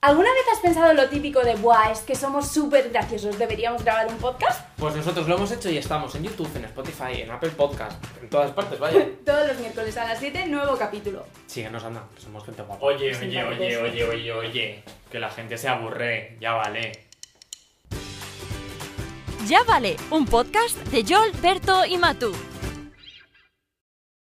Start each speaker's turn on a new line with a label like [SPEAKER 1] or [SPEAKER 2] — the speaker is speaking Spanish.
[SPEAKER 1] ¿Alguna vez has pensado lo típico de, buah, es que somos súper graciosos, deberíamos grabar un podcast?
[SPEAKER 2] Pues nosotros lo hemos hecho y estamos en YouTube, en Spotify, en Apple Podcast, en todas partes, vaya.
[SPEAKER 1] Todos los miércoles a las 7, nuevo capítulo.
[SPEAKER 2] Síguenos, anda, que somos gente guapa.
[SPEAKER 3] Oye,
[SPEAKER 1] Pues Sí,
[SPEAKER 3] oye,
[SPEAKER 1] vale,
[SPEAKER 3] oye,
[SPEAKER 1] eso.
[SPEAKER 3] oye, oye, oye. Que la gente se aburre, ya vale.
[SPEAKER 4] Ya vale, un podcast de Joel, Berto y Matú.